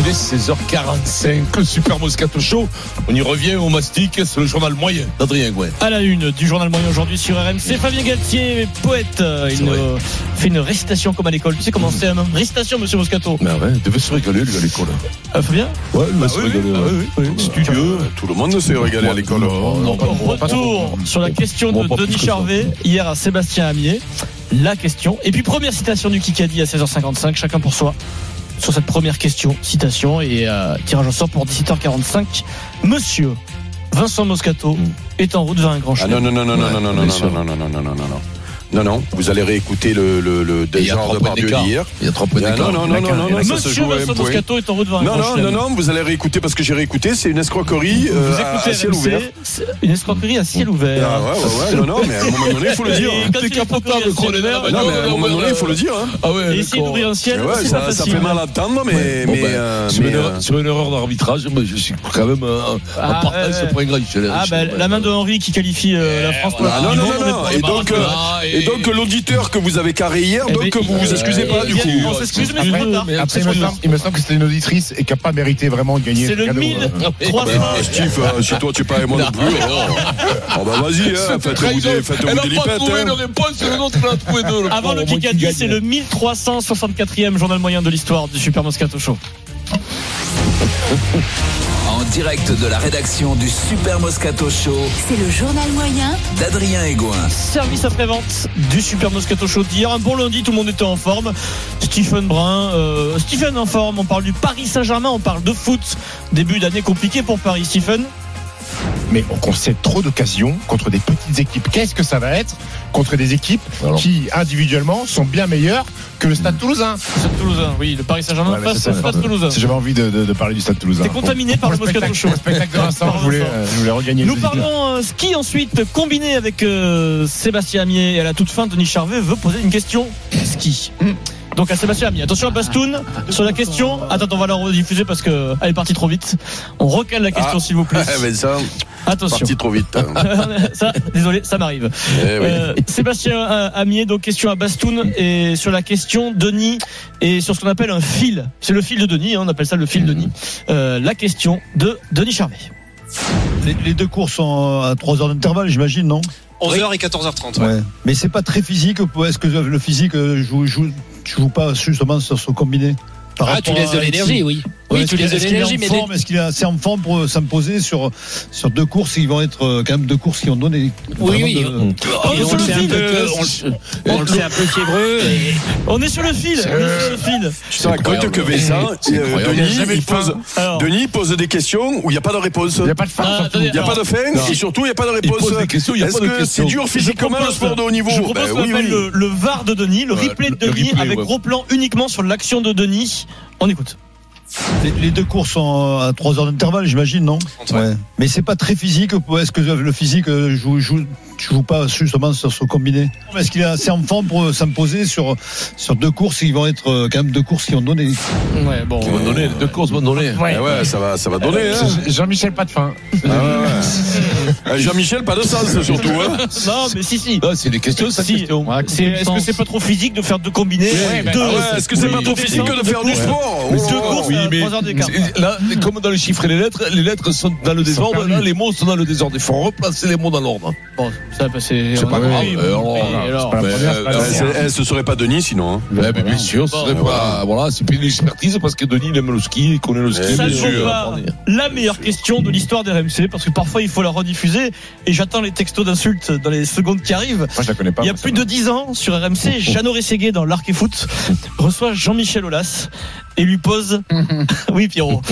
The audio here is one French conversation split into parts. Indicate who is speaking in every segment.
Speaker 1: Il est 16h45, le Super Moscato Show. On y revient au mastic, c'est le journal moyen d'Adrien Gouin.
Speaker 2: à la une du journal moyen aujourd'hui sur RMC. Fabien Galtier, poète, euh,
Speaker 1: C'est
Speaker 2: il
Speaker 1: vrai.
Speaker 2: euh, fait une récitation comme à l'école. Tu sais comment c'est, hein, récitation, monsieur Moscato
Speaker 1: Mais
Speaker 3: Ben
Speaker 1: ouais, il devait se régaler, lui, à l'école.
Speaker 2: Euh, Fabien
Speaker 1: Ouais, il devait se
Speaker 3: oui,
Speaker 1: régaler.
Speaker 3: ah
Speaker 1: ouais. Studieux.
Speaker 3: Tout le monde s'est régalé à l'école.
Speaker 1: Non, non, pas-
Speaker 2: Retour sur la question
Speaker 1: Bon,
Speaker 2: de
Speaker 1: pas plus
Speaker 2: Denis
Speaker 1: que ça.
Speaker 2: Charvet, hier à Sébastien Amier. La question. Et puis première citation du Kikadi à 16h55, chacun pour soi. Sur cette première question, citation et euh, tirage au sort pour 17h45. Monsieur Vincent Moscato est en route vers un grand
Speaker 3: Mm. Ah
Speaker 2: chelem.
Speaker 3: non, non, non, non, non,
Speaker 1: Ouais,
Speaker 3: non, non,
Speaker 1: bien
Speaker 3: non,
Speaker 1: sûr.
Speaker 3: non, non, non, non, non, non, non. Non, non, vous allez réécouter le, le, le
Speaker 1: Il y a
Speaker 3: Desjardins
Speaker 1: trois points
Speaker 3: Depardieu
Speaker 1: d'écart.
Speaker 3: d'hier.
Speaker 1: Il y a trois points
Speaker 3: Ah,
Speaker 1: d'écart.
Speaker 3: non, non, non, non, non, non, ça se
Speaker 2: Monsieur
Speaker 3: joue à un
Speaker 2: Vincent
Speaker 3: point.
Speaker 2: Moscato est en route vers un
Speaker 3: Non,
Speaker 2: grand
Speaker 3: non,
Speaker 2: chelem.
Speaker 3: non, non, vous allez réécouter parce que j'ai réécouté, c'est une escroquerie euh,
Speaker 2: Vous
Speaker 3: à- à ciel
Speaker 2: écoutez
Speaker 3: ouvert.
Speaker 2: RMC, c'est une escroquerie à ciel
Speaker 3: Ah
Speaker 2: ouvert.
Speaker 3: ouais, ouais, ouais, non, non, mais à un moment donné, il faut le dire.
Speaker 2: euh, Et quand il est
Speaker 1: capotable,
Speaker 2: écoutez,
Speaker 1: Cronin,
Speaker 2: c'est
Speaker 1: ah bah
Speaker 3: Non, mais à un moment donné, il faut le dire. hein.
Speaker 1: Ah ouais,
Speaker 2: Et essayer
Speaker 1: d'accord.
Speaker 2: d'ouvrir un ciel,
Speaker 3: Ouais,
Speaker 2: c'est
Speaker 3: ça,
Speaker 2: pas
Speaker 3: ça
Speaker 2: facile.
Speaker 3: fait mal à entendre, mais.
Speaker 1: Bon,
Speaker 3: mais,
Speaker 1: ben,
Speaker 3: euh,
Speaker 1: sur,
Speaker 3: mais,
Speaker 1: une
Speaker 3: euh,
Speaker 1: erreur, sur une erreur d'arbitrage, moi, je suis quand même euh, en
Speaker 2: Ah,
Speaker 1: partage,
Speaker 2: ouais.
Speaker 1: c'est pas un grand chelem.
Speaker 2: Ah,
Speaker 3: ben,
Speaker 2: bah, la main de Henri qui qualifie euh,
Speaker 1: Eh,
Speaker 2: la France pour la
Speaker 3: Ah,
Speaker 2: Coupe
Speaker 3: non,
Speaker 2: du
Speaker 3: non,
Speaker 2: Monde,
Speaker 3: non,
Speaker 2: mais
Speaker 3: non.
Speaker 2: pour
Speaker 3: Et
Speaker 2: les
Speaker 3: donc, euh,
Speaker 2: barrages,
Speaker 1: Ah,
Speaker 3: Et donc, l'auditeur que vous avez carré hier,
Speaker 2: Eh
Speaker 3: donc
Speaker 2: ben,
Speaker 3: vous vous excusez pas, du
Speaker 2: bien,
Speaker 3: coup.
Speaker 2: On s'excuse, mais c'est trop tard.
Speaker 4: Après, il me, semble, il me semble que c'était une auditrice et qui n'a pas mérité vraiment de gagner.
Speaker 2: Ah, C'est
Speaker 4: ce
Speaker 2: le
Speaker 3: hein.
Speaker 4: cadeau. euh.
Speaker 2: 1300.
Speaker 3: Ben, Steve, euh, si toi tu parles moi non plus, alors. Oh bah vas-y, hein, faites-vous des, faites
Speaker 1: Elle n'a
Speaker 3: vous
Speaker 1: pas
Speaker 3: des lipettes.
Speaker 1: trouvé de
Speaker 3: hein.
Speaker 1: réponse, le nôtre, elle a trouvé deux. le
Speaker 2: Avant
Speaker 1: pauvre,
Speaker 2: le
Speaker 1: au moins,
Speaker 2: kick à
Speaker 1: qu'il
Speaker 2: 10,
Speaker 1: gagne.
Speaker 2: c'est le 1364e journal moyen de l'histoire du Super Moscato Show.
Speaker 5: En direct de la rédaction du Super Moscato Show
Speaker 6: C'est le journal moyen
Speaker 5: d'Adrien Egoin.
Speaker 2: Service après-vente du Super Moscato Show d'hier. Un bon lundi, tout le monde était en forme. Stephen Brun, euh, Stephen en forme. On parle du Paris Saint-Germain, on parle de foot. Début d'année compliqué pour Paris, Stephen.
Speaker 4: Mais on concède trop d'occasions contre des petites équipes. Qu'est-ce que ça va être contre des équipes
Speaker 1: Alors.
Speaker 4: qui, individuellement, sont bien meilleures que le
Speaker 7: Mm.
Speaker 4: Stade toulousain
Speaker 2: Stade Toulousain, oui, le Paris Saint-Germain
Speaker 4: Ouais, mais
Speaker 2: face
Speaker 4: ça,
Speaker 2: au
Speaker 4: ça,
Speaker 2: Stade
Speaker 4: ça,
Speaker 2: Toulousain.
Speaker 4: Si j'avais envie de, de- de parler du Stade toulousain.
Speaker 2: T'es contaminé par
Speaker 4: Pour- pour
Speaker 2: le Moscato
Speaker 4: spectacle-
Speaker 2: Show.
Speaker 4: pour Le spectacle de l'instant,
Speaker 2: Par
Speaker 4: je voulais,
Speaker 2: Vincent.
Speaker 4: euh, je voulais regagner
Speaker 2: Nous
Speaker 4: le-
Speaker 2: parlons euh, ski ensuite, combiné avec euh, Sébastien Amier. Et à la toute fin, Denis Charvet veut poser une question ski.
Speaker 4: Hmm.
Speaker 2: Donc à Sébastien Amier. Attention à Bastoun sur la question. Attends, on va la rediffuser parce que elle est partie trop vite. On recale la question,
Speaker 3: Ah.
Speaker 2: s'il vous plaît.
Speaker 3: Eh, Vincent,
Speaker 2: Attention.
Speaker 3: parti trop vite. hein.
Speaker 2: ça, désolé, ça m'arrive.
Speaker 3: Eh oui.
Speaker 2: Euh, Sébastien euh, Amier, donc question à Bastoun et sur la question Denis et sur ce qu'on appelle un fil. C'est le fil de Denis, hein, on appelle ça le fil de Denis. Euh, la question de Denis Charvet.
Speaker 7: Les, les deux courses sont à 3 heures d'intervalle, j'imagine, non
Speaker 8: 11h et 14h30.
Speaker 7: Ouais. Mais c'est pas très physique. Est-ce que le physique euh, joue, joue, tu joues pas justement sur ce combiné Par
Speaker 8: Ah,
Speaker 7: rapport
Speaker 8: tu laisses
Speaker 7: à
Speaker 8: de l'énergie,
Speaker 7: Alexis
Speaker 8: oui.
Speaker 7: Ouais,
Speaker 8: Oui,
Speaker 7: est-ce
Speaker 8: tu
Speaker 7: qu'il-
Speaker 8: laisses de
Speaker 7: est-ce qu'il est en
Speaker 8: l'énergie, mais
Speaker 7: forme Est-ce qu'il est assez en forme pour euh, s'imposer sur, sur deux courses qui vont être euh, quand même deux courses qui ont donné.
Speaker 8: Oui, oui.
Speaker 7: vraiment de-
Speaker 2: Oh,
Speaker 8: Et on le
Speaker 2: sur le
Speaker 8: sait un
Speaker 2: fil,
Speaker 8: peu
Speaker 2: euh,
Speaker 8: que- on le sait un peu fiévreux. et-
Speaker 2: On est sur le fil, on est sur le fil.
Speaker 3: Tu te rends compte que Vincent,
Speaker 1: C'est
Speaker 3: euh,
Speaker 1: incroyable.
Speaker 4: Il y a
Speaker 3: Denis,
Speaker 4: jamais
Speaker 3: il
Speaker 4: de fin.
Speaker 3: pose,
Speaker 2: Alors,
Speaker 3: Denis pose des questions où il n'y a pas de réponse.
Speaker 4: Il n'y a pas de fin.
Speaker 2: Ah,
Speaker 4: surtout.
Speaker 2: attendez,
Speaker 3: Il n'y a pas de
Speaker 1: Non.
Speaker 3: fin et surtout il n'y a pas de
Speaker 1: Il
Speaker 3: réponse.
Speaker 1: pose des questions, il n'y a
Speaker 3: Est-ce
Speaker 1: pas de
Speaker 3: que c'est
Speaker 1: questions.
Speaker 3: dur physiquement le
Speaker 2: propose-
Speaker 3: sport de haut niveau
Speaker 2: je propose
Speaker 3: Ben
Speaker 2: qu'on
Speaker 3: oui,
Speaker 2: appelle
Speaker 3: oui.
Speaker 2: Le, le VAR de Denis, le
Speaker 1: Ouais,
Speaker 2: replay
Speaker 1: le-
Speaker 2: de
Speaker 1: le
Speaker 2: Denis
Speaker 1: replay,
Speaker 2: avec
Speaker 1: ouais.
Speaker 2: gros plan uniquement sur l'action de Denis. On écoute.
Speaker 7: Les, les deux courses sont euh, à 3 heures d'intervalle, j'imagine, non
Speaker 8: Ouais.
Speaker 7: Mais c'est pas très physique. Est-ce que le physique euh, joue, joue, tu joues pas justement sur ce combiné Est-ce qu'il est assez en forme pour euh, s'imposer sur, sur deux courses qui vont être euh, quand même deux courses qui ont donné
Speaker 2: Ouais, bon.
Speaker 1: Ils vont donner, les deux courses vont donner.
Speaker 3: Eh ouais, ça va, ça va donner. hein.
Speaker 4: Je- Euh, Jean-Michel, pas de fin.
Speaker 3: Ah ouais. Jean-Michel, pas de sens surtout. hein.
Speaker 2: Non, mais si, si.
Speaker 1: Ah, c'est des questions, ça
Speaker 2: Si.
Speaker 1: question.
Speaker 4: On a
Speaker 2: C'est-
Speaker 4: compris le
Speaker 2: Est-ce que
Speaker 4: sens.
Speaker 2: c'est pas trop physique de faire deux combinés
Speaker 1: Ouais,
Speaker 2: deux,
Speaker 1: bah,
Speaker 3: Ah ouais, Est-ce que c'est
Speaker 1: Oui.
Speaker 3: pas trop physique de faire du sport
Speaker 2: Deux
Speaker 3: Oh là là.
Speaker 2: courses
Speaker 1: oui,
Speaker 2: à
Speaker 1: mais-
Speaker 2: 3 heures d'écart.
Speaker 1: C'est- Là, comme dans les chiffres et les lettres, les lettres sont dans le désordre.
Speaker 4: perdus.
Speaker 1: Là, les mots sont dans le désordre. Il faut replacer les mots dans l'ordre.
Speaker 2: Bon, ça, bah, c'est.
Speaker 1: C'est pas
Speaker 2: Oui,
Speaker 1: grave.
Speaker 2: oui,
Speaker 1: Euh, alors,
Speaker 2: oui,
Speaker 1: alors,
Speaker 2: alors.
Speaker 4: c'est pas la
Speaker 1: Ben,
Speaker 4: première, c'est pas la
Speaker 3: Eh,
Speaker 4: dernière.
Speaker 3: c'est- eh, ce serait pas Denis sinon. hein.
Speaker 1: Ouais, mais bien sûr, ce serait
Speaker 3: Bon,
Speaker 1: pas. Voilà, c'est plus une expertise parce que Denis il aime le ski, il connaît le ski.
Speaker 3: Eh,
Speaker 2: Ça
Speaker 3: bien
Speaker 2: ne
Speaker 3: sûr.
Speaker 2: vaut pas la meilleure question de l'histoire des RMC parce que parfois il faut la rediffuser et j'attends les textos d'insultes dans les secondes qui arrivent.
Speaker 4: Moi, je la connais pas.
Speaker 2: Il y a
Speaker 4: moi,
Speaker 2: plus de 10 ans, sur RMC, Jeannot Rességuier dans l'Arc et Foot reçoit Jean-Michel Aulas et lui pose. Oui, Pierrot.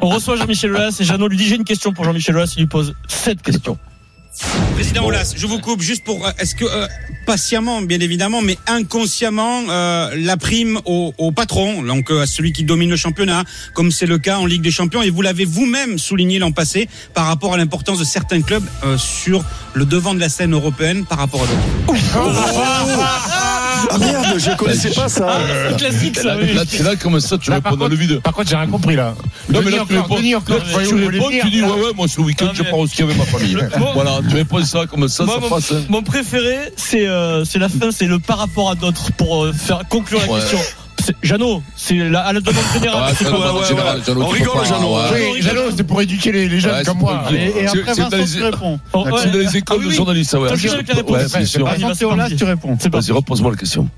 Speaker 2: On reçoit Jean-Michel Aulas et Jeannot lui dit J'ai une question pour Jean-Michel Aulas. Il lui pose cette question.
Speaker 9: Président Olas, je vous coupe juste pour. euh, Est-ce que euh, patiemment, bien évidemment, mais inconsciemment, euh, la prime au, au patron, donc euh, à celui qui domine le championnat, comme c'est le cas en Ligue des Champions, et vous l'avez vous-même souligné l'an passé par rapport à l'importance de certains clubs euh, sur le devant de la scène européenne par rapport à d'autres.
Speaker 8: Oh.
Speaker 3: Ah merde, je connaissais pas ça.
Speaker 2: Ah, C'est classique,
Speaker 1: Là,
Speaker 2: ça, oui.
Speaker 1: là, c'est là comme ça, tu
Speaker 4: Là,
Speaker 1: réponds
Speaker 4: par
Speaker 1: dans le
Speaker 4: contre-
Speaker 1: vide.
Speaker 4: Par contre, j'ai rien compris là.
Speaker 1: Non, mais
Speaker 4: Denis
Speaker 1: là, tu
Speaker 4: encore,
Speaker 1: réponds,
Speaker 4: Denis encore,
Speaker 1: là, tu,
Speaker 4: voyez où je
Speaker 1: réponds,
Speaker 4: voulais
Speaker 1: tu dis,
Speaker 4: venir,
Speaker 1: ouais, ouais, moi, ce week-end,
Speaker 2: Non,
Speaker 1: je
Speaker 2: mais-
Speaker 1: pars au ski avec ma famille.
Speaker 2: Bon.
Speaker 1: voilà, tu réponds ça comme ça,
Speaker 2: Moi,
Speaker 1: ça
Speaker 2: mon,
Speaker 1: passe. hein.
Speaker 2: mon préféré, c'est euh, c'est la fin, c'est le par rapport à d'autres pour euh, faire conclure la
Speaker 1: Ouais.
Speaker 2: question. C'est- Janot, c'est la- à la demande générale.
Speaker 1: Ouais,
Speaker 2: c'est
Speaker 1: Jeannot,
Speaker 2: quoi
Speaker 1: Jeannot, Jeannot, Jeannot,
Speaker 3: On
Speaker 1: tu
Speaker 3: rigole,
Speaker 1: peux pas,
Speaker 3: Jeannot,
Speaker 1: ouais.
Speaker 3: hein.
Speaker 4: Oui, Jalo, c'est pour éduquer les, les jeunes
Speaker 1: Ouais,
Speaker 4: comme
Speaker 1: c'est
Speaker 4: moi.
Speaker 1: pour éduquer.
Speaker 7: Et, et
Speaker 1: C'est-
Speaker 7: après,
Speaker 1: c'est dans
Speaker 7: Vincent,
Speaker 1: les-
Speaker 7: tu réponds.
Speaker 2: Oh, ouais.
Speaker 1: C'est dans les écoles
Speaker 2: Ah oui,
Speaker 1: de
Speaker 2: oui.
Speaker 1: journalistes, ça, ouais.
Speaker 2: Toi, je connais la réponse.
Speaker 1: Ouais, c'est sûr.
Speaker 2: Vas-y,
Speaker 7: Vincent,
Speaker 2: c'est
Speaker 7: t'es au las,
Speaker 2: parti.
Speaker 7: tu réponds.
Speaker 2: C'est parti.
Speaker 1: Vas-y, repose-moi la question.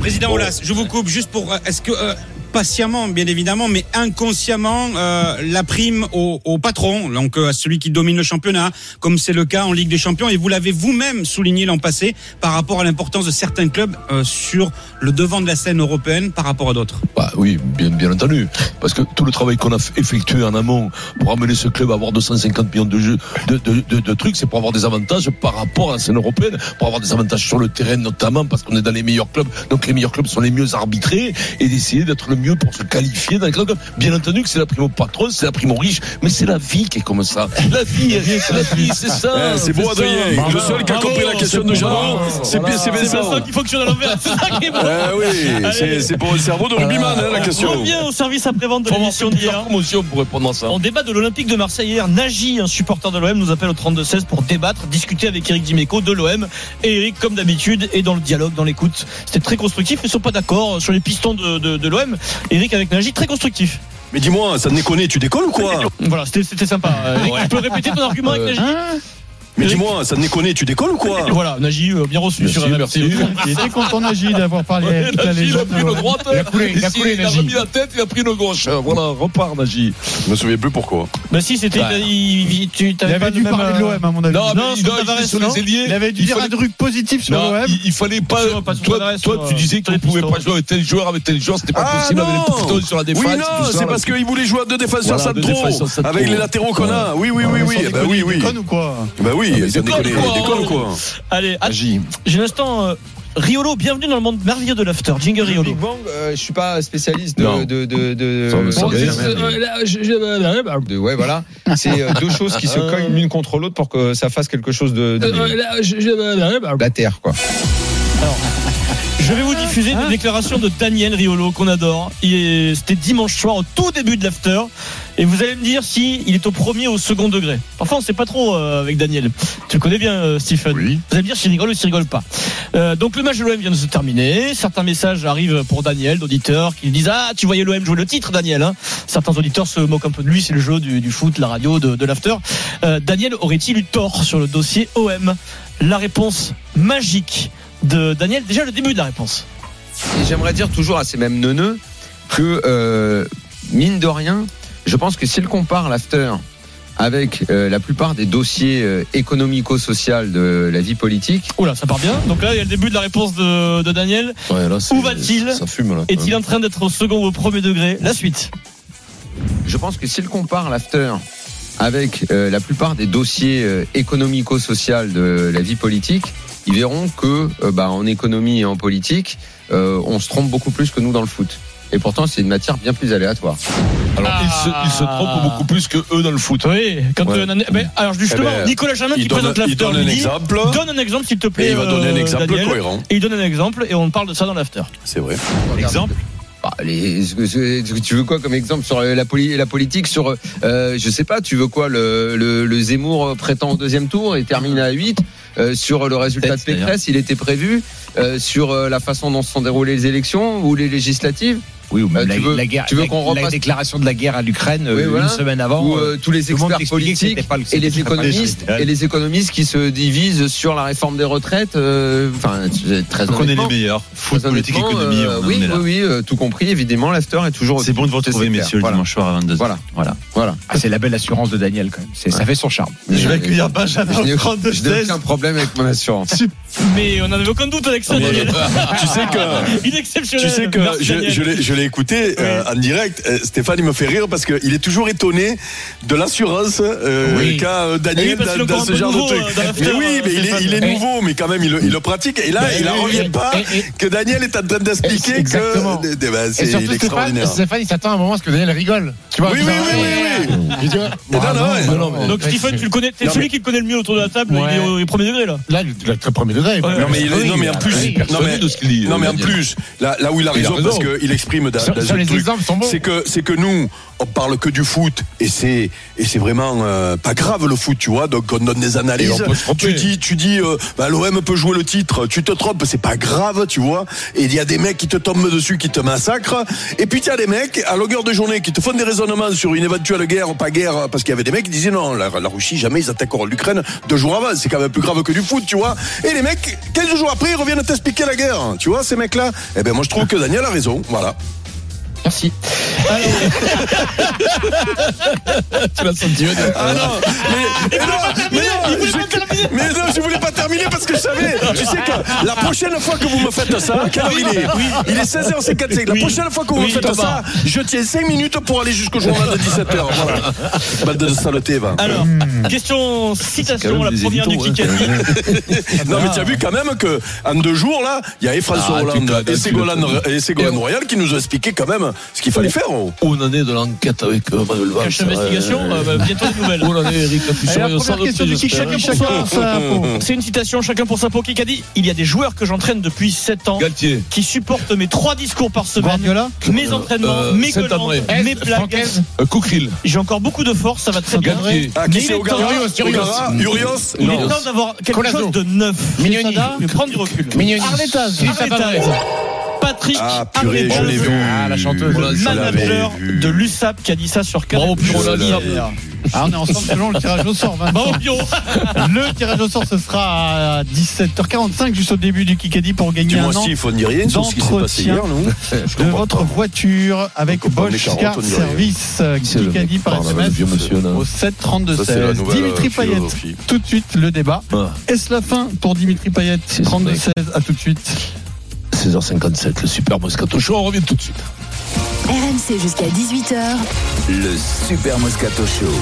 Speaker 9: Président Olas, je vous coupe juste pour. euh, Est-ce que euh, patiemment, bien évidemment, mais inconsciemment, euh, la prime au, au patron, donc euh, à celui qui domine le championnat, comme c'est le cas en Ligue des Champions, et vous l'avez vous-même souligné l'an passé par rapport à l'importance de certains clubs euh, sur le devant de la scène européenne par rapport à d'autres.
Speaker 1: Bah oui, bien, bien entendu. Parce que tout le travail qu'on a fait- effectué en amont pour amener ce club à avoir 250 millions de, jeux, de, de, de- de trucs, c'est pour avoir des avantages par rapport à la scène européenne, pour avoir des avantages sur le terrain notamment, parce qu'on est dans les meilleurs clubs. Donc les meilleurs clubs sont les mieux arbitrés et d'essayer d'être le mieux pour se qualifier dans les clubs. Bien entendu que c'est la prime au patron, c'est la prime aux riches, mais c'est la vie qui est comme ça. La vie, la vie, c'est ça.
Speaker 3: Eh, c'est beau,
Speaker 1: ça.
Speaker 3: Adrien. Le seul qui a
Speaker 2: Bravo,
Speaker 3: compris la question de
Speaker 2: c'est
Speaker 3: Jeannot,
Speaker 2: bravo.
Speaker 3: c'est bien, c'est
Speaker 2: C'est Vincent
Speaker 3: Vincent.
Speaker 2: qui fonctionne à l'envers. C'est ça qui est bon.
Speaker 3: Eh oui, c'est-
Speaker 2: Allez. Ah,
Speaker 3: c'est pour le cerveau de rugbyman, hein, la
Speaker 2: On
Speaker 3: question.
Speaker 2: revient au service après-vente de
Speaker 1: Faut avoir
Speaker 2: l'émission
Speaker 1: fait plusieurs
Speaker 2: d'hier.
Speaker 1: promotions pour répondre à ça.
Speaker 2: En débat de l'Olympique de Marseille hier, Nagy, un supporter de l'OM, nous appelle au 32-16 pour débattre, discuter avec Eric Dimeco de l'OM. Et Eric, comme d'habitude, est dans le dialogue, dans l'écoute. C'était très constructif. Ils sont pas d'accord euh, sur les pistons de, de- de l'OM. Eric avec Nagy, très constructif.
Speaker 3: Mais dis-moi, ça déconne, tu décolles ou quoi
Speaker 2: Voilà, c'était c'était sympa. Euh, Eric, tu peux répéter ton argument
Speaker 1: Euh,
Speaker 2: avec Nagy
Speaker 3: Mais dis-moi, ça déconne, tu décolles ou quoi
Speaker 2: Voilà, Nagy, euh, bien reçu
Speaker 1: Merci,
Speaker 2: sur RMC.
Speaker 1: merci.
Speaker 4: Il était content Nagy d'avoir parlé à toute la
Speaker 1: Nagy, il a
Speaker 4: légende.
Speaker 1: pris une droite,
Speaker 4: Il a coulé, il a
Speaker 1: et si-
Speaker 4: coulé,
Speaker 1: il a
Speaker 4: Nagy.
Speaker 1: remis la tête, il a pris une gauche. Euh, Voilà, repart Nagy.
Speaker 3: Je me souviens plus pourquoi.
Speaker 2: Bah si, c'était.
Speaker 1: Ouais.
Speaker 2: il- il- tu
Speaker 4: Il
Speaker 2: t'avais pas
Speaker 4: avait
Speaker 2: le
Speaker 4: dû
Speaker 2: même,
Speaker 4: parler de
Speaker 2: euh,
Speaker 4: l'OM, à mon avis.
Speaker 1: Non, mais il,
Speaker 2: sur
Speaker 1: non, il
Speaker 2: Tavares,
Speaker 1: était sur
Speaker 2: non.
Speaker 1: les ailiers.
Speaker 4: Il avait dû
Speaker 1: il
Speaker 4: dire
Speaker 1: fallait-
Speaker 4: un truc positif sur
Speaker 1: Non,
Speaker 4: l'OM.
Speaker 1: il, il fallait pas.
Speaker 2: Sur- Ah pas sur euh,
Speaker 1: toi,
Speaker 2: Tavares,
Speaker 1: toi,
Speaker 2: sur,
Speaker 1: tu disais
Speaker 2: sur
Speaker 1: qu'on
Speaker 2: les
Speaker 1: pouvait
Speaker 2: pistons.
Speaker 1: pas jouer avec tel joueur, avec tel joueur, c'était pas
Speaker 3: Ah
Speaker 1: possible avec les
Speaker 3: non
Speaker 1: pistons sur la défense.
Speaker 3: Oui,
Speaker 1: tout
Speaker 3: non,
Speaker 1: ça.
Speaker 3: c'est parce qu'il voulait jouer à deux défenseurs
Speaker 1: Voilà,
Speaker 3: ça
Speaker 1: deux défenseurs, ça
Speaker 3: trop,
Speaker 1: te
Speaker 3: avec
Speaker 1: trouve.
Speaker 3: les latéraux qu'on a. Oui, oui, oui, oui.
Speaker 4: Sans
Speaker 3: eh ben
Speaker 4: déconner,
Speaker 3: oui,
Speaker 4: il
Speaker 3: oui.
Speaker 4: déconne ou quoi
Speaker 3: Bah
Speaker 1: Ah,
Speaker 3: oui,
Speaker 1: mais
Speaker 3: ça déconne,
Speaker 1: déconne, quoi.
Speaker 3: il déconne ou quoi
Speaker 4: hein.
Speaker 2: Allez, att-
Speaker 1: Nagy.
Speaker 2: j'ai l'instant. euh, Riolo, bienvenue dans le monde merveilleux de l'after. Jingle Riolo.
Speaker 10: Big Bang, euh, je suis pas spécialiste de.
Speaker 1: Non.
Speaker 10: de, de, de-
Speaker 1: Ça, on le
Speaker 10: Bon,
Speaker 1: savait,
Speaker 10: c'est- euh, là, je- je- euh, là, de- ouais, voilà. C'est euh, deux choses qui se cognent l'une contre l'autre pour que ça fasse quelque chose de. de-
Speaker 2: Euh,
Speaker 10: la Terre, quoi.
Speaker 2: Je vais vous diffuser des déclarations de Daniel Riolo qu'on adore. Il est- C'était dimanche soir au tout début de l'after. Et vous allez me dire si il est au premier ou au second degré. Enfin, on sait pas trop euh, avec Daniel. Tu le connais bien, euh, Stephen.
Speaker 4: Oui.
Speaker 2: Vous allez me dire s'il rigole ou s'il rigole pas. Euh, donc le match de l'OM vient de se terminer. Certains messages arrivent pour Daniel, d'auditeurs, qui disent Ah, tu voyais l'OM jouer le titre, Daniel. hein. Certains auditeurs se moquent un peu de lui, c'est le jeu du, du foot, la radio, de, de l'after. Euh, Daniel aurait-il eu tort sur le dossier OM La réponse magique de Daniel. Déjà le début de la réponse.
Speaker 10: Et j'aimerais dire toujours à ces mêmes neuneux que, euh, mine de rien, je pense que si le compare l'after avec euh, la plupart des dossiers euh, économico-social de la vie politique,
Speaker 2: Oula, ça part bien. Donc là, il y a le début de la réponse de, de Daniel.
Speaker 1: Ouais, là, c'est-
Speaker 2: Où va-t-il
Speaker 1: Ça fume, là.
Speaker 2: Est-il en train d'être au second ou au premier degré La suite.
Speaker 10: je pense que si le compare l'after avec euh, la plupart des dossiers euh, économico-social de la vie politique, ils verront que euh, bah, en économie et en politique, euh, on se trompe beaucoup plus que nous dans le foot. Et pourtant, c'est une matière bien plus aléatoire.
Speaker 1: Alors, il se, il se
Speaker 2: Ah.
Speaker 1: trompe beaucoup plus que eux dans le foot.
Speaker 2: Oui, quand
Speaker 3: Ouais.
Speaker 2: euh, nan- mais alors justement,
Speaker 3: Eh ben,
Speaker 2: Nicolas Germain qui
Speaker 3: Il donne,
Speaker 2: présente
Speaker 3: il
Speaker 2: l'after
Speaker 3: donne un
Speaker 2: midi,
Speaker 3: exemple
Speaker 2: donne un exemple s'il te plaît.
Speaker 3: et il va donner un
Speaker 2: euh,
Speaker 3: exemple
Speaker 2: Daniel.
Speaker 3: cohérent.
Speaker 2: Et il donne un exemple et on parle de ça dans l'after.
Speaker 3: C'est vrai.
Speaker 10: Exemple Bah, tu veux quoi comme exemple sur euh, la, poli- la politique sur euh, je sais pas tu veux quoi le, le, le Zemmour prétend au deuxième tour et termine à 8 euh, sur le résultat de
Speaker 2: Peut-être,
Speaker 10: Pécresse il était prévu euh, sur euh, la façon dont se sont déroulées les élections ou les législatives
Speaker 11: Oui, ou
Speaker 10: Euh,
Speaker 11: même la,
Speaker 10: tu veux-
Speaker 11: la guerre,
Speaker 10: tu veux
Speaker 11: la-
Speaker 10: qu'on
Speaker 11: la
Speaker 10: repasse-
Speaker 11: déclaration de la guerre à l'Ukraine euh,
Speaker 10: Oui, voilà.
Speaker 11: une semaine avant.
Speaker 10: où
Speaker 11: euh,
Speaker 10: euh, tous les
Speaker 11: tout le monde
Speaker 10: experts
Speaker 11: t'expliquait que
Speaker 10: politiques
Speaker 11: c'était pas le-
Speaker 10: et les
Speaker 11: c'était pas le-
Speaker 10: économistes
Speaker 11: Ouais.
Speaker 10: et les économistes qui se divisent sur la réforme des retraites euh, enfin c'est très
Speaker 11: Donc on est les
Speaker 10: honnêtement-
Speaker 11: meilleurs. Foot,
Speaker 10: très
Speaker 11: politique,
Speaker 10: honnêtement,
Speaker 11: économie,
Speaker 10: euh,
Speaker 11: on en
Speaker 10: oui
Speaker 11: est là.
Speaker 10: oui oui euh, tout compris évidemment l'after est toujours
Speaker 11: C'est bon de vous retrouver,
Speaker 10: clair.
Speaker 11: messieurs, le
Speaker 10: Voilà.
Speaker 11: dimanche soir à 22h.
Speaker 10: Voilà.
Speaker 11: voilà.
Speaker 10: voilà
Speaker 11: Ah, c'est la belle assurance de Daniel, quand même. C'est- Ça fait son charme.
Speaker 10: Je vais accueillir
Speaker 7: Benjamin
Speaker 10: Je n'ai-
Speaker 7: au 32
Speaker 10: je n'ai aucun problème avec mon assurance.
Speaker 2: Mais on n'avait aucun doute avec ça,
Speaker 3: Mais-
Speaker 2: Daniel.
Speaker 3: Tu sais que.
Speaker 2: Il est exceptionnel.
Speaker 3: Tu sais que
Speaker 2: Merci,
Speaker 3: je,
Speaker 2: Daniel.
Speaker 3: je l'ai- je l'ai écouté euh, en direct. Euh, Stéphane, il me fait rire parce qu'il est toujours étonné de l'assurance euh,
Speaker 12: Oui.
Speaker 3: qu'a euh,
Speaker 12: Eh oui,
Speaker 3: Daniel
Speaker 12: parce
Speaker 3: dans,
Speaker 12: qu'il est
Speaker 3: dans
Speaker 12: encore un
Speaker 3: ce
Speaker 12: peu
Speaker 3: genre
Speaker 12: nouveau,
Speaker 3: de truc.
Speaker 12: euh, dans l'after,
Speaker 3: mais oui,
Speaker 12: euh,
Speaker 3: mais il est, il est
Speaker 12: Stéphane.
Speaker 3: nouveau, mais quand même, il le, il le pratique. Et là,
Speaker 4: Ben
Speaker 3: il n'en
Speaker 4: oui,
Speaker 3: revient
Speaker 4: oui.
Speaker 3: pas
Speaker 4: Et- et-
Speaker 3: que Daniel est en train d'expliquer
Speaker 4: Exactement.
Speaker 3: que. Eh ben, c'est- il est
Speaker 4: et surtout, Stéphane,
Speaker 3: extraordinaire.
Speaker 4: Stéphane, il s'attend à un moment à ce que Daniel rigole. Tu vois,
Speaker 3: Oui,
Speaker 4: tu
Speaker 3: oui,
Speaker 4: vois,
Speaker 3: oui, oui, oui.
Speaker 4: il dit,
Speaker 3: Mais non,
Speaker 4: ah,
Speaker 3: non, ouais,
Speaker 4: bah
Speaker 3: non,
Speaker 4: en
Speaker 2: Donc
Speaker 4: fait,
Speaker 2: Stephen,
Speaker 4: c'est-
Speaker 2: tu le connais, t'es
Speaker 4: Non,
Speaker 2: celui
Speaker 4: mais-
Speaker 2: qui le connaît le mieux autour de la table, il est au, au premier degré là.
Speaker 4: Là, le, le- le premier degré.
Speaker 2: Ouais.
Speaker 3: Non mais, il est- non, mais en plus,
Speaker 4: Oui,
Speaker 3: non, mais, non, mais en plus, là, là où il a
Speaker 4: Il a
Speaker 3: raison,
Speaker 4: raison.
Speaker 3: parce qu'il exprime dans,
Speaker 4: Sur-
Speaker 3: dans
Speaker 4: sur
Speaker 3: un
Speaker 4: les
Speaker 3: Bah, truc,
Speaker 4: exemples sont bons.
Speaker 3: c'est que c'est que nous, on parle que du foot et c'est et c'est vraiment euh, pas grave le foot, tu vois. Donc on donne des analyses.
Speaker 1: Et on peut se tromper.
Speaker 3: Tu dis, tu dis, euh, bah, l'OM peut jouer le titre. Tu te trompes, c'est pas grave, tu vois. Et il y a des mecs qui te tombent dessus, qui te massacrent. Et puis tu as des mecs à longueur de journée qui te font des raisonnements sur une éventuelle guerre ou pas guerre, parce qu'il y avait des mecs qui disaient non, la, la Russie jamais ils attaqueront l'Ukraine deux jours avant. C'est quand même plus grave que du foot, tu vois. Et les mecs, 15 jours après, ils reviennent t'expliquer la guerre. Tu vois ces mecs-là Eh ben moi je trouve que Daniel a raison. Voilà.
Speaker 11: Merci.
Speaker 1: tu l'as senti venir.
Speaker 3: Ah non, mais, mais non, mais non, je, mais non, je voulais pas terminer parce que je savais. Tu sais que la prochaine fois que vous me faites ça, quelle heure il est Il est 16h55. La
Speaker 1: Oui.
Speaker 3: prochaine fois que vous
Speaker 1: Oui,
Speaker 3: me faites
Speaker 1: Thomas.
Speaker 3: ça, je tiens 5 minutes pour aller jusqu'au journal de 17h. Voilà. Bande de saleté, va.
Speaker 2: Alors, question citation, la première du Kikadi.
Speaker 3: hein. Ah, non, mais tu as vu quand même que en deux jours, là, il y avait François
Speaker 1: Ah,
Speaker 3: Hollande
Speaker 1: putain,
Speaker 3: et Ségolène,
Speaker 1: putain.
Speaker 3: et Ségolène Royal qui nous ont expliqué quand même ce qu'il fallait faire. oh.
Speaker 1: Où on en est de l'enquête avec euh, Manuel Valls
Speaker 2: Cache investigation,
Speaker 1: euh,
Speaker 2: euh, bah, bientôt des nouvelles.
Speaker 1: Où on en est, Eric Lafusson
Speaker 2: Allez, la
Speaker 1: et on
Speaker 2: première
Speaker 1: sort de
Speaker 2: question du
Speaker 1: plus,
Speaker 2: kick, chacun
Speaker 1: hein.
Speaker 2: pour soi. C'est une citation, chacun pour sa peau. Qui a dit Il y a des joueurs que j'entraîne depuis 7 ans, qui supportent mes trois discours par semaine,
Speaker 7: Guardiola
Speaker 2: mes entraînements,
Speaker 1: Euh,
Speaker 2: mes collantes,
Speaker 1: Saint-André.
Speaker 2: mes plaques.
Speaker 1: Euh, Koukril.
Speaker 2: J'ai encore beaucoup de force, ça va très bien.
Speaker 1: Galtier. Ah, qui
Speaker 2: Mais
Speaker 1: c'est,
Speaker 2: il est temps-
Speaker 1: Ogara Ogara Urios
Speaker 2: Il est
Speaker 1: Non.
Speaker 2: temps d'avoir quelque
Speaker 1: Colazo.
Speaker 2: chose de neuf.
Speaker 11: Mignoni.
Speaker 2: Sada, Mais prendre du recul.
Speaker 11: Mignoni.
Speaker 2: Arletaz.
Speaker 11: Juste après.
Speaker 2: Arletaz. Patrick
Speaker 3: Ah, purée, je l'ai
Speaker 2: Arletaz.
Speaker 3: vu.
Speaker 11: Ah, la chanteuse.
Speaker 2: Le
Speaker 3: Je l'avais
Speaker 2: manager
Speaker 3: vu.
Speaker 2: de l'USAP qui a dit ça sur Canal.
Speaker 3: Bravo, Pierrot,
Speaker 2: Plus
Speaker 3: là, là.
Speaker 2: hier.
Speaker 7: Ah, on est ensemble selon le tirage au sort. Vincent.
Speaker 2: Bravo, Pierrot.
Speaker 7: Le tirage au sort, ce sera à 17h45, juste au début du Kikadi, pour gagner
Speaker 3: Dis-moi
Speaker 7: un an
Speaker 3: si, il faut dire rien sur ce qui s'est passé
Speaker 7: d'entretien
Speaker 3: hier, non
Speaker 7: de votre voiture avec
Speaker 3: Donc, on est
Speaker 7: Bosch
Speaker 3: 40,
Speaker 7: Car
Speaker 3: on dirait.
Speaker 7: Service euh,
Speaker 1: c'est le mec
Speaker 7: Kikadi
Speaker 1: qui
Speaker 7: par
Speaker 1: parle, le
Speaker 7: SMS
Speaker 1: vieux monsieur, là
Speaker 7: au 732
Speaker 3: Ça, c'est la
Speaker 7: 16.
Speaker 3: nouvelle euh,
Speaker 7: Dimitri Payet,
Speaker 3: philosophie.
Speaker 7: tout de suite le débat.
Speaker 1: Ah,
Speaker 7: Est-ce la fin pour Dimitri Payet
Speaker 1: ce
Speaker 7: 32
Speaker 1: mec.
Speaker 7: 16 à tout de suite.
Speaker 1: 16h57, le super Moscato Show, on revient tout de suite.
Speaker 13: RMC jusqu'à 18h.
Speaker 5: Le Super Moscato Show.